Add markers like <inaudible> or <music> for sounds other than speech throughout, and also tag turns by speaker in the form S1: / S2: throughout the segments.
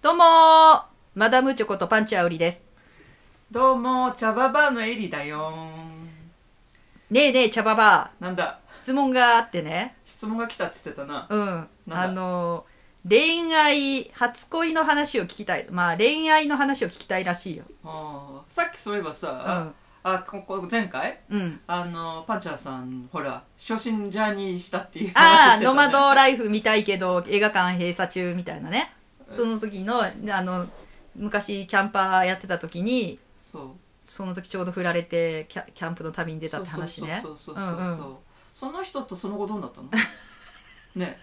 S1: どうもーマダムチョコとパンチャウリです。
S2: どうも、茶ババアのエリだよ
S1: ねえねえ、茶ババア、
S2: なんだ、
S1: 質問があってね。
S2: 質問が来たって言ってたな。
S1: うん。
S2: だ
S1: あのー、恋愛、初恋の話を聞きたい。まあ、恋愛の話を聞きたいらしいよ。
S2: あーさっきそういえば
S1: うん
S2: さ、。あ、ここ、前回
S1: うん。
S2: あの、パンチャーさん、ほら、初心ジャーニーしたっていう話
S1: あ
S2: し
S1: あ、
S2: てた、
S1: ノ
S2: ね。
S1: マドライフ見たいけど、映画館閉鎖中みたいなね。その時の、あの、昔キャンパーやってた時に、
S2: そう。
S1: その時ちょうど振られてキャキャンプの旅に出たって話ね。
S2: そうそう
S1: う
S2: そうそうそう。
S1: んうん
S2: その人とその後どうな
S1: <laughs>
S2: ったのね。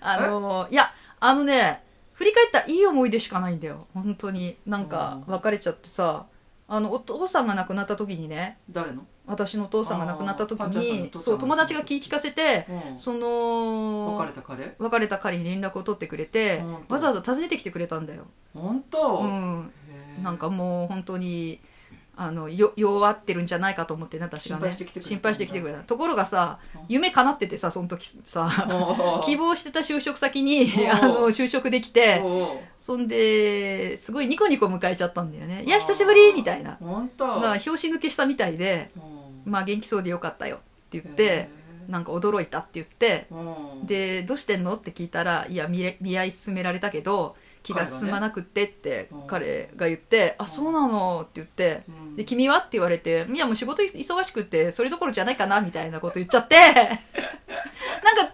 S1: あのーいや、あのね、振り返ったらいい思い出しかないんだよ。本当に。なんか、
S2: うん
S1: 別れちゃってさ、あの、お父さんが亡くなった時にね、
S2: 誰の
S1: 私のお父さんが亡くなった時
S2: あーパンチャーさんの
S1: に
S2: お、父さん
S1: そう、友達が聞き聞かせて、
S2: うん
S1: その、
S2: 別れた彼
S1: 別れた彼に連絡を取ってくれて
S2: うん、
S1: わざわざ訪ねてきてくれたんだよ。
S2: 本当、
S1: うん。
S2: へー
S1: なんかもう本当に、あの、よ、弱ってるんじゃないかと思ってね、私がね。
S2: 心配してきてくれたんだ
S1: 心配してきてくれた。ところがさ
S2: うん、
S1: 夢叶っててさ、その時さ、
S2: おー
S1: 希望してた就職先に
S2: お、ー
S1: <laughs> あの、就職できて、
S2: おー
S1: そんで、すごいニコニコ迎えちゃったんだよね。いや、久しぶりみたいな。
S2: 本当
S1: まあ、拍子抜けしたみたいで、
S2: うん
S1: まあ、元気そうでよかったよって言っ
S2: へ
S1: て、
S2: ー
S1: なんか驚いたって言って、
S2: うん
S1: で、どうしてんのって聞いたら、いや、見れ見合い進められたけど、気が進まなくってって彼
S2: 彼
S1: が言って、あ、そうなのって言って、
S2: うん
S1: で、君はって言われて、いやもう仕事忙しくて、それどころじゃないかな、みたいなこと言っちゃ
S2: <laughs>
S1: って、なんか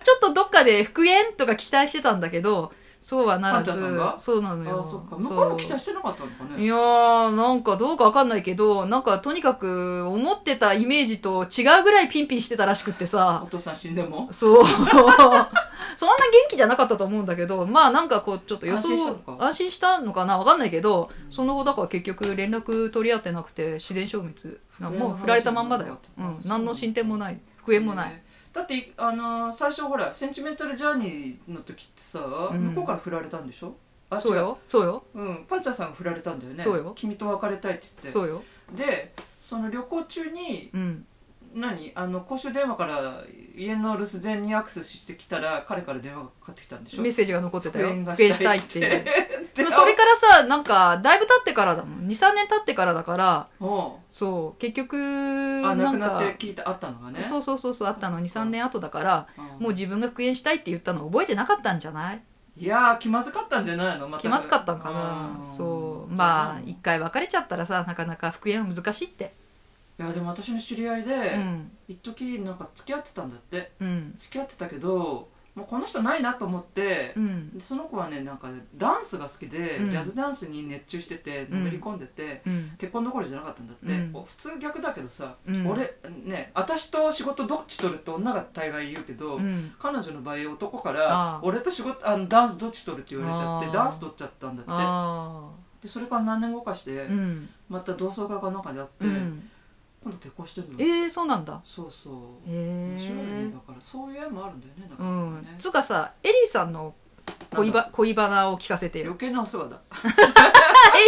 S1: ちょっとどっかで復縁とか期待してたんだけど、そうはならず
S2: あんちゃんさんが、
S1: そうなのよ。
S2: あそっか向
S1: そう
S2: こうも期待してなかったのか
S1: い
S2: ね
S1: やー、なんかどうかわかんないけど、なんかとにかく思ってたイメージと違うぐらいピンピンしてたらしくって
S2: お
S1: さ、
S2: 父さん死んでも
S1: <laughs> そう。そんな元気じゃなかったと思うんだけど、まあなんかこうちょっと予想
S2: 安心したのか
S1: 安心したのかなわかんないけど、その後だから結局連絡取り合ってなくて自然消滅。
S2: 連絡
S1: もう振られたまんまだよ。う
S2: もなか
S1: ん
S2: っ。た
S1: 何の進展もない。復縁もない。
S2: ねだってあのー最初ほらセンチメンタルジャーニーの時ってさ、
S1: ん
S2: 向こうから振られたんでしょあ
S1: そうよ。そうよ。
S2: 違ううんパンチャーさんが振られたんだよね
S1: そうよ
S2: 君と別れたいって言って
S1: そうよ。
S2: でその旅行中に
S1: うん。
S2: 何あの公衆電話から家の留守電にアクセスしてきたら彼から電話がかかってきたんでしょ
S1: メッセージが残ってたよ。
S2: 復縁が
S1: 復縁したいっていう。
S2: <laughs>
S1: でもそれ
S2: か
S1: からさ、なんか、だいぶ経ってからだもん。2、3年経ってからだから、そう、結局、な
S2: あ亡く
S1: ん
S2: な
S1: か
S2: っ、て聞いたあったのがね
S1: そうそうそうそう、あったの2、
S2: そっか
S1: 3年後だから、
S2: うん
S1: もう自分が復縁したいって言ったの覚えてなかったんじゃない
S2: いやー気まずかったんじゃないのま
S1: 気まずかったんかな。そう、まあ、
S2: い
S1: 一回別れちゃったらさ、なかなか復縁は難しいって。
S2: やでも私の知り合いで、
S1: うん、
S2: 一時なんか付き合ってたんだって
S1: うん、
S2: 付き合ってたけどもうこの人ないなと思って
S1: う、ん、
S2: でその子はねなんかダンスが好きで、
S1: うん
S2: ジャズダンスに熱中してて
S1: うん
S2: のめり込んでて、
S1: うん。
S2: 結婚どころじゃなかったんだっ
S1: う
S2: て、
S1: ん
S2: お普通逆だけどさ、
S1: うん
S2: 俺ね私と仕事どっち取るって女が大概言うけど、
S1: うん
S2: 彼女の場合男か
S1: ああ
S2: ら俺と仕事あのダンスどっち取るって言われちゃっ
S1: ああ
S2: てダンス取っちゃったんだって
S1: あ
S2: でそれから何年後かし
S1: あ、
S2: て、
S1: うん、
S2: また同窓会かなんかであって、
S1: うん。
S2: 今度結婚してるの
S1: ええ、そうなんだ。
S2: そうそう
S1: え
S2: 面白いよね
S1: え
S2: だ。からそういう絵もあるんだよねだ
S1: う
S2: から
S1: ん
S2: ね。
S1: つうかさ、エリーさんの恋ば恋バナを聞かせてよ
S2: 余。計なお世話だ
S1: え、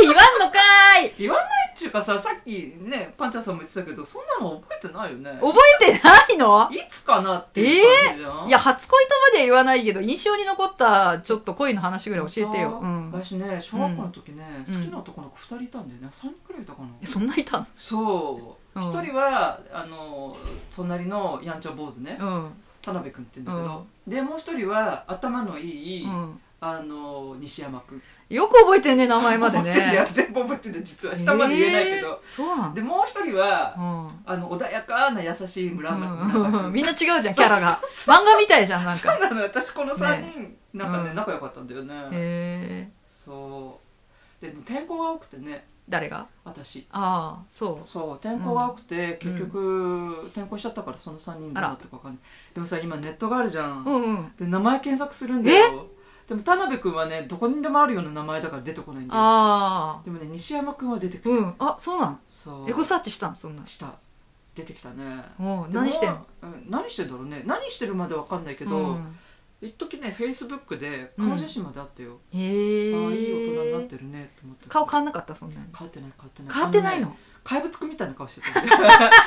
S1: 言わんのかーい
S2: 言わないっちゅうかささっきねパンチャーさんも言ってたけどそんなの覚えてないよね
S1: 覚えてないの
S2: いつかなっていう感じじゃん、
S1: いや、初恋とまでは言わないけど、印象に残った、ちょっと恋の話ぐらい教えてよ。うん。
S2: 私ね小学校の時ね、
S1: うん
S2: 好きな男の子2人いたんだよね3人くらいいたかな、
S1: えそんないたの
S2: そう
S1: うん
S2: 1人はあの隣のやんちゃ坊主ね、
S1: うん。
S2: 田辺君って言うんだけど、でもう1人は頭のいい、
S1: うん。
S2: あの西山君
S1: よく覚えてんね、名前まで
S2: そう覚えてんだよ
S1: ね。
S2: 全部覚えてんだよ実は下まで言えないけど、
S1: えー。そうなの
S2: でもう一人は、
S1: う
S2: あの穏やかな優しい村
S1: ん
S2: 村
S1: うん。みんな違うじゃん、キャラが。
S2: <laughs> そう
S1: 漫画みたいじゃん、なん
S2: そ
S1: か。
S2: うなの私この3人なんか
S1: う
S2: ね
S1: ん
S2: 仲良かったんだよね、
S1: へえー。
S2: そうでも転校が多くてね
S1: 誰が
S2: 私
S1: ああ、そう。
S2: そう転校が多くて、結局転校しちゃったからその3人どうなったかわかんないでもさ今ネットがあるじゃん、
S1: うんうん。
S2: で名前検索するんだよでも田辺君はねどこにでもあるような名前だから出てこないんだよ
S1: ああ。
S2: でもね西山君は出てくる、
S1: うん。あ、そうなの
S2: そう
S1: エゴサーチしたん、そんな。
S2: した出てきたね
S1: もう、
S2: でも
S1: 何してんの
S2: うん何してんだろうね何してるまでわかんないけど、
S1: うん
S2: 一時ねフェイスブックで顔写真まであったよ、
S1: へえ。
S2: ああいい大人になってるねって思った
S1: 顔変わんなかったそんなに
S2: 変わってない変わってない
S1: 変わってない
S2: あ
S1: の
S2: ね怪物くんみたいな顔してた
S1: <laughs>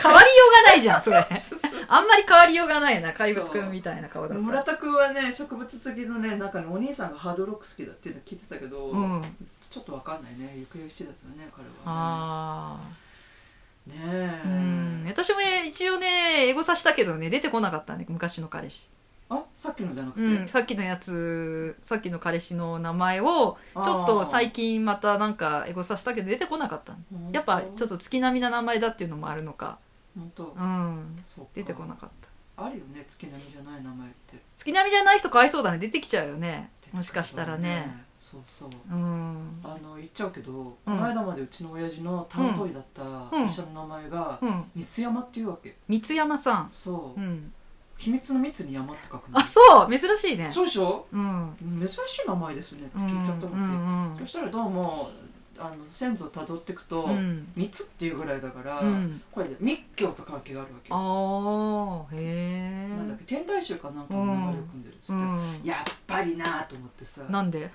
S1: 変わりようがないじゃんそれ
S2: <laughs> そうそう
S1: あんまり変わりようがないな怪物くんみたいな顔だった
S2: 村田君はね植物好きのね中のお兄さんがハードロック好きだっていうの聞いてたけど、
S1: うん
S2: ちょっとわかんないね行方次第ですよね彼は
S1: ああ
S2: ねね
S1: う
S2: え
S1: ん私もね一応ねエゴさしたけどね出てこなかったね昔の彼氏
S2: あさっきのじゃなくて、
S1: うんさっきのやつさっきの彼氏の名前を
S2: あー
S1: ちょっと最近またなんかエゴさしたけど出てこなかったのやっぱちょっ
S2: っと
S1: と月並みな名前だっていうのもあるのか
S2: 本当
S1: うん
S2: そうか
S1: 出てこなかった
S2: あるよね月並みじゃない名前って
S1: 月並みじゃない人かわいそうだね出てきちゃうよねもしかしたらね
S2: そうそう
S1: うん
S2: あの言っちゃうけど、この間までうちの親父の担当医だった
S1: うん
S2: 医者の名前が
S1: うん
S2: 三ツ山っていうわけ
S1: 三山さん
S2: そう、
S1: うん
S2: 秘密の密に山って書くの
S1: あそう珍しいね
S2: そうでしょ
S1: うん
S2: 珍しい名前ですねって
S1: うん
S2: 聞いちゃったもん
S1: う
S2: ね、
S1: ん
S2: そしたらどうもあの先祖をたどっていくと、
S1: うん
S2: 三つっていうぐらいだから、
S1: うん
S2: これで密教と関係があるわけよ
S1: ああへえ
S2: なんだっけ天台宗かなんかの流れを組んでるっつって、
S1: うん
S2: やっぱりなと思ってさだ
S1: なんで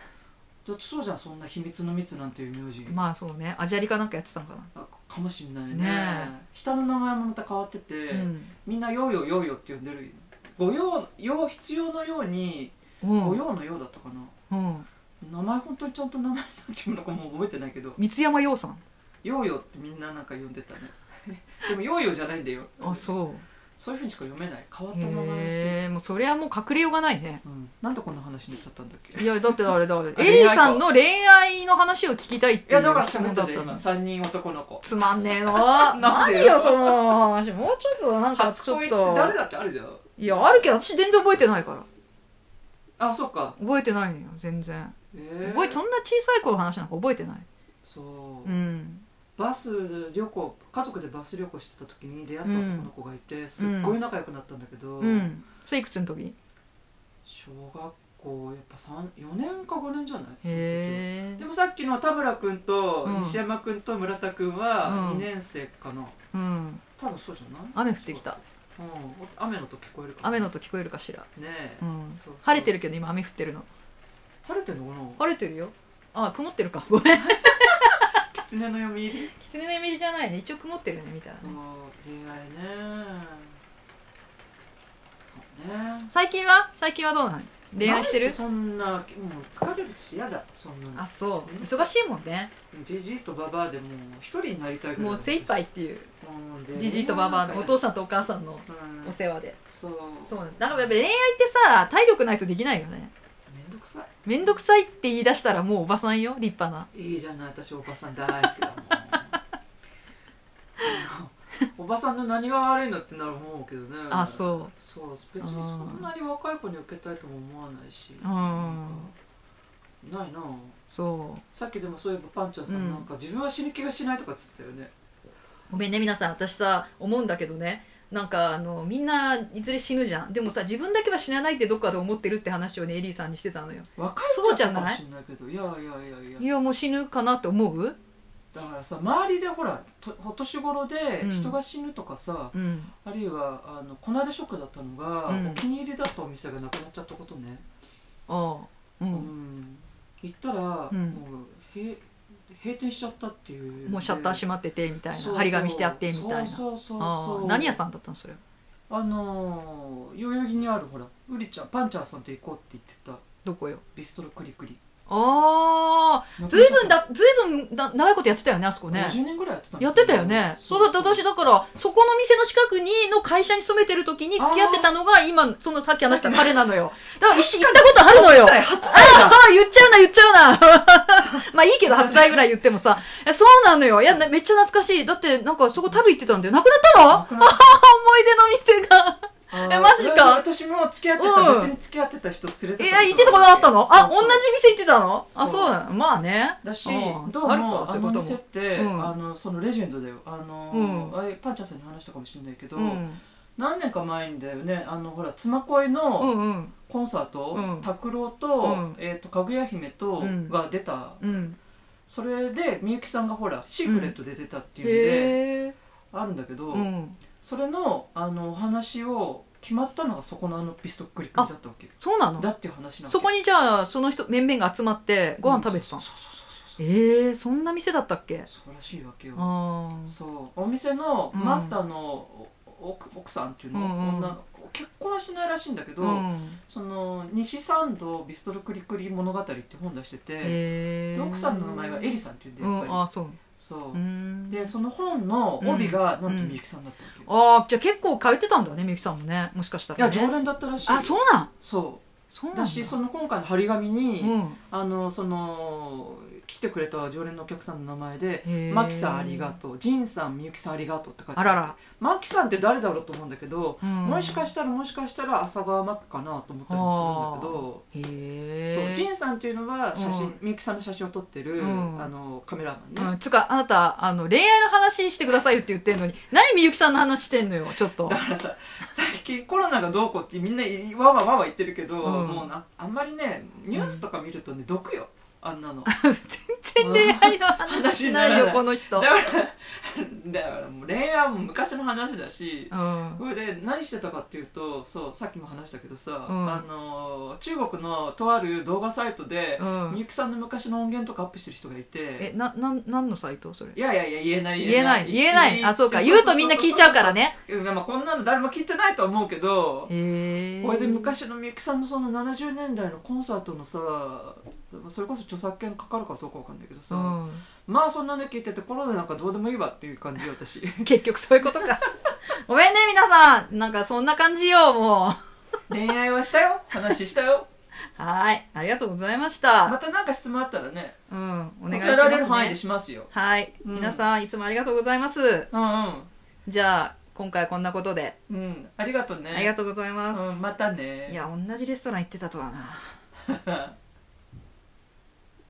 S2: ってそうじゃんそんな秘密の密なんていう名字、
S1: まあそうねアジャリかなんかやってたんかな
S2: あかもしんないね
S1: ね
S2: 下の名前もまた変わってて、
S1: うん
S2: みんな「ヨーヨーヨーヨー」って呼んでるご用用必要のように、
S1: うん
S2: ご用のようだったかな
S1: うん
S2: 名前本当にちゃんと名前なんていうのかもう覚えてないけど
S1: 三山洋さん
S2: ヨーヨーってみんななんか呼んで
S1: <laughs>
S2: たねでもヨーヨーじゃないんだよ
S1: あそう
S2: そういうふうにしか読めない変わった名前の人、
S1: へえもうそれはもう隠れようがないね
S2: うん、なんでこんな話になっちゃったんだっけい
S1: いやだってあれ
S2: <laughs>
S1: だ
S2: か
S1: エリーさんの恋愛の話を聞きたいってい
S2: や
S1: う
S2: だから
S1: 質
S2: 喋
S1: 問
S2: っ
S1: だっ
S2: たじ
S1: た
S2: ゃん今
S1: の
S2: 3人男の子
S1: つまんねえな
S2: <laughs> なん
S1: 何
S2: でよ
S1: よその話もうちょっとなんか
S2: 初
S1: ちょ
S2: 恋
S1: っ
S2: って
S1: と
S2: 誰だってあるじゃん
S1: いやあるけど私全然覚えてないから
S2: あそっか
S1: 覚えてないのよ全然
S2: ええ
S1: 覚えそんな小さい頃の話なんか覚えてない
S2: そう、
S1: うん
S2: バス旅行家族でバス旅行してた時に出会った男の子がいて、すっごい仲良くなったんだけど、
S1: うんそれいくつの時
S2: 小学校やっぱ三4年か5年じゃないその時は
S1: へえ
S2: でもさっきの田村君と
S1: うん
S2: 西山君と村田君
S1: うん
S2: は2年生かな、
S1: うん
S2: 多分そうじゃない
S1: 雨降ってき、た
S2: うん、雨の音聞こえるかな
S1: 雨の音聞こえるかしら
S2: ねえ、
S1: うん
S2: そうそう
S1: 晴れてるけど今雨降ってるの
S2: 晴れてんのか
S1: 晴れてるよあ曇ってるかごめん
S2: な狐の読み入り
S1: 狐の耳じゃないね一応曇ってるねみたい
S2: そう
S1: なね
S2: 恋愛ねそうね
S1: 最近は最近はどうなの恋愛して
S2: 前っ
S1: る
S2: そんなもう疲れるし嫌だそん
S1: あ
S2: なの
S1: そう忙しいもんね
S2: じじいとばばあでもう一人になりたいぐら
S1: も
S2: い
S1: う精一杯っていう
S2: うん
S1: じじいとばばあのお父さんとお母さんの
S2: うん
S1: お世話で
S2: そう
S1: そうなんだからやっぱ恋愛ってさ体力ないとできないよね
S2: めんどくさ
S1: めんどくさいって言い出したらもうおばさんよ立派ない
S2: いいじゃない私おばさん大好きだもんあのおばさんの何が悪いのってなる思うけどね
S1: あそう
S2: そう別にそんなに若い子に受けたいとも思わないし
S1: うん
S2: なんかないな
S1: そう
S2: さっきでもそういえばパンちゃんさん、
S1: うん
S2: なんか自分は死ぬ気がしないとかっつったよね
S1: ごめんね皆さん私さ思うんだけどねなんかあのみんないずれ死ぬじゃんでもさ自分だけは死なないってどっかで思ってるって話をねエリーさんにしてたのよ
S2: 若い
S1: そう
S2: っち
S1: じ
S2: ゃ
S1: ゃ
S2: うかも
S1: ない
S2: しれないけどいやいやいやいや
S1: いやもう死ぬかなって思う
S2: だからさ周りでほらとお年頃で
S1: うん
S2: 人が死ぬとかさ、
S1: うん
S2: あるいはあのこの間ショックだったのが、
S1: うん
S2: お気に入りだったお店がなくなっちゃったことね、
S1: ああう
S2: うん
S1: ん、
S2: 行ったら、
S1: うん
S2: もう閉閉店しちゃったっていう
S1: もうシャッター閉
S2: ま
S1: まっててみたいな張り紙してあってみたいな
S2: そうそうそう
S1: あ
S2: そ
S1: あ
S2: う
S1: 何屋さんだったのそれ
S2: あのー、代々木にあるほらウリちゃんパンチャーさんと行こうって言ってた
S1: どこよ
S2: ビストロクリクリ
S1: ああずいぶんだずいぶんだ長いことやってたよねあそこね
S2: 50年ぐらいやってたの
S1: やってたよねそうだって私だからそこの店の近くにの会社に勤めてる時に付き合ってたのが今そのさっき話した彼なのよだから一緒に行ったことあるのよ
S2: 初代初代
S1: ああ、言っちゃうな、言っちゃうな。 <laughs> まあいいけど、初代ぐらい言ってもさ。いやそうなのよ。いや、なめっちゃ懐かしい。だって、なんかそこ食べ行ってたんだよ。なくなったのあ
S2: な
S1: は
S2: くなっ
S1: は思い出の店 <laughs> が。えマジか
S2: 私も付き合って
S1: う
S2: た
S1: ん
S2: 別に付き合ってた人連れてた
S1: え、行ってたことあったのあ、
S2: そう
S1: 同
S2: そう
S1: じ店行ってたのあ、
S2: そ
S1: そ
S2: う
S1: うなの。まあね。
S2: だし
S1: うん
S2: どう
S1: あるか
S2: も
S1: そう
S2: あ
S1: いうこ
S2: の
S1: と
S2: 店っ
S1: も。
S2: て
S1: うん
S2: あのそのレジェンドだよあの
S1: う
S2: あれパンチャーさんに話したかもしれないけど
S1: うん。
S2: 何年か前にだよねあのほら妻恋
S1: う
S2: の
S1: んうん。
S2: コンサート
S1: うん
S2: 拓郎
S1: う
S2: と
S1: ん
S2: えーとかぐや姫と
S1: うん
S2: が出た
S1: うん。
S2: それでみゆきさんがほらシークレットで出たっていうんで
S1: へえ。
S2: あるんだけど
S1: うん。
S2: それのあのお話を決まったのがそこのあのビストックリックリだったわけ
S1: そうなの
S2: だっていう話なの
S1: そこにじゃあ、その人、面々が集まってご飯食べてたの
S2: そうそうそうそうそう
S1: えー、そんな店だったっけ
S2: そうらしいわけよ
S1: ああ
S2: そうお店の
S1: うん
S2: マスターのお奥奥さんっていうの、
S1: うんうん
S2: 女の結婚はしないらしいんだけど、
S1: うん
S2: その西三度ビストロクリクリ物語って本出してて、
S1: え
S2: で奥さんの名前がエリさんっていうんで
S1: う
S2: やっぱり、
S1: んあそう
S2: そう
S1: う、ん
S2: でその本の帯が
S1: うん
S2: なんと
S1: うん
S2: みゆきさんだったわけよ、
S1: ああじゃあ結構通ってたんだねみゆきさんもねもしかした
S2: いや
S1: ら、ね、
S2: 常連だったらしい
S1: あ
S2: う
S1: そうなん
S2: そ
S1: そうな
S2: う
S1: んだ
S2: だしその今回の張り紙に、
S1: うん
S2: あのその来てくれた常連のお客さんの名前で
S1: へー
S2: 「マキさんありがとう」「仁さんみゆきさんありがとう」って書いて
S1: あらら
S2: マキさんって誰だろうと思うんだけど、
S1: うん
S2: もしかしたらもしかしたら浅川マキかなと思ったりもするんだけど。
S1: へ
S2: そう
S1: え
S2: ジンさんっていうのは写
S1: う
S2: 真
S1: ん
S2: みゆきさんの写真を撮ってる、
S1: うん
S2: あのカメラマン
S1: う
S2: ね、
S1: ん、つうかあなたあの恋愛の話してくださいよって言ってんのに何みゆきさんの話してんのよちょっと
S2: だからさ最近コロナがどうこうってみんないわわわわ言ってるけど、
S1: うん
S2: もうなあんまりねニュースとか見るとね毒よあんなの
S1: <laughs> 全然恋愛の話しないよ
S2: うん
S1: この人
S2: <laughs> だからだからもう恋愛はもう昔の話だし、
S1: うん
S2: これで何してたかっていうとそうさっきも話したけどさ、
S1: うん
S2: あの中国のとある動画サイトで、
S1: うん
S2: みゆきさんの昔の音源とかアップしてる人がい
S1: え
S2: て
S1: ななん何のサイトそれ
S2: いやいやいや言えない
S1: 言えない言えないあそうか言うとみんな聞いちゃうからね
S2: うんまあこんなの誰も聞いてないとは思うけど
S1: へえ
S2: これで昔のみゆきさんのその70年代のコンサートのさそれこそ著作権かかるかそうかわかんないけど
S1: う
S2: さ、
S1: ん
S2: まあそんなの聞いててコロナなんかどうでもいいわっていう感じよ私 <laughs>
S1: <laughs> 結局そういうことかごめんね皆さんなんかそんな感じよもう
S2: 恋愛はしたよ話したよ
S1: はいありがとうございました、
S2: また何か質問あったらね
S1: うんお願いし
S2: 答えられる
S1: ま
S2: 範囲
S1: す
S2: で
S1: ね
S2: しますよ
S1: はい、
S2: うん
S1: 皆さんいつもありがとうございます
S2: うん
S1: じゃあ今回はこんなことで
S2: うんうんありがとうね
S1: ありがとうございます、
S2: <laughs> うんまたね
S1: いや同じレストラン行ってたとはな
S2: や